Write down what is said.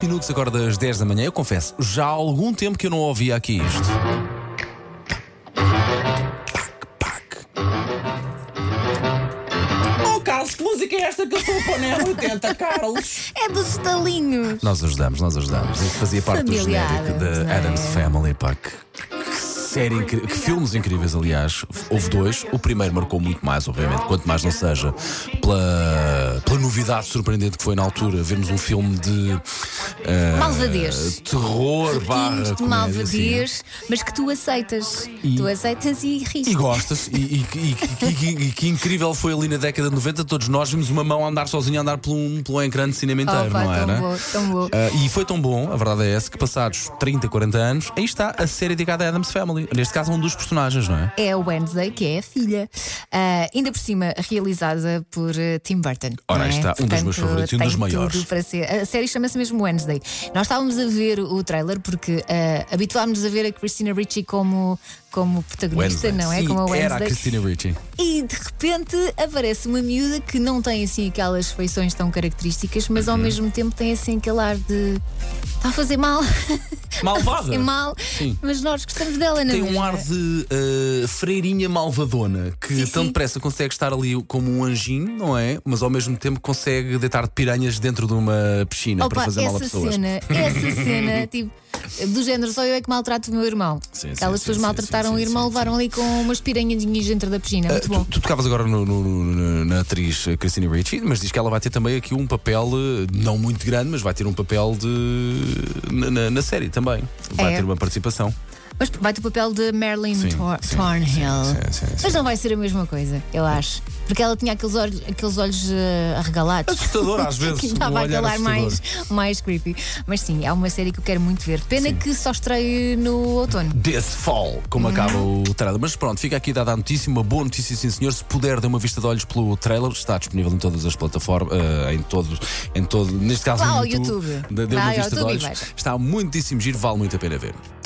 Minutos agora das 10 da manhã, eu confesso, já há algum tempo que eu não ouvia aqui isto. Pac, pac. Oh, Carlos, que música é esta que eu estou a pôr na R80, Carlos? É do estalinho. Nós ajudamos, nós ajudamos. Isto fazia parte Família do genérico Addams, da não é? Adams Family, pá. Que, que série incrível, que filmes incríveis, aliás. Houve dois. O primeiro marcou muito mais, obviamente, quanto mais não seja, pela, pela novidade surpreendente que foi na altura vermos um filme de. eh, Malvadez. Terror, barra. assim. Tínhamos de comédia, sim. malvadez, mas que tu aceitas. Tu aceitas e rires. E gostas, e, e- e- e- e- e- que incrível foi ali na década de 90, todos nós vimos uma mão a andar sozinha, a andar por um, por um ecrã de cinema inteiro, Oh, pá, não tão era? bom, tão bom. Ah, e foi tão bom, a verdade é essa, que passados 30, 40 anos, aí está a série dedicada à Adams Family. Neste caso, um dos personagens, não é? É a Wednesday, que é a filha. Ah, ainda por cima, realizada por eh, Tim Burton. Ora, não é? aí está, um dos meus Portanto, favoritos e um dos tem maiores. tudo para ser. A série chama-se mesmo Wednesday. Nós estávamos a ver o trailer porque ah, habituámos-nos a ver a Christina Ricci como, como protagonista, não é? Sim, como a Wednesday. era a Christina Ricci. E de repente aparece uma miúda que não tem assim aquelas feições tão características, mas Uhum. ao mesmo tempo tem assim aquele ar de está a fazer mal, Malvada! é mal, mas nós gostamos dela, não é? Tem um ar de ah, freirinha malvadona que Sim, tão sim. depressa consegue estar ali como um anjinho, não é? Mas ao mesmo tempo consegue deitar de piranhas dentro de uma piscina Opa, para fazer mal a essa pessoas. cena, é essa cena, tipo, do género só eu é que maltrato o meu irmão. Sim, sim, Aquelas sim, pessoas sim, maltrataram sim, o sim, irmão, sim, levaram ali com umas piranhadinhas dentro da piscina. Ah, tu, Muito bom. tu tocavas agora no- no- no- na atriz eh, Christina Ricci, mas diz que ela vai ter também aqui um papel, eh, não muito grande, mas vai ter um papel de na, na- na série também. Vai É. ter uma participação. Mas vai ter o papel de Marilyn Sim, Tor- sim, Thornhill. É, sim, sim, sim. Mas não vai ser a mesma coisa, eu acho. Porque ela tinha aqueles olhos, aqueles olhos eh, arregalados. Assustador às vezes, que um dava olhar aquele ar assustador. tá, mais, mais creepy. Mas sim, é uma série que eu quero muito ver. Pena que só estreie no outono. This Fall, como Hum. acaba o trailer. Mas pronto, fica aqui dada a notícia, uma boa notícia, sim senhor. Se puder, dê uma vista de olhos pelo trailer, está disponível em todas as plataformas, eh, em todos, em todo, neste caso Vá no ao YouTube. YouTube. Dê dê Vá uma ao vista de YouTube e olhos. veja. Está muitíssimo giro, vale muito a pena ver.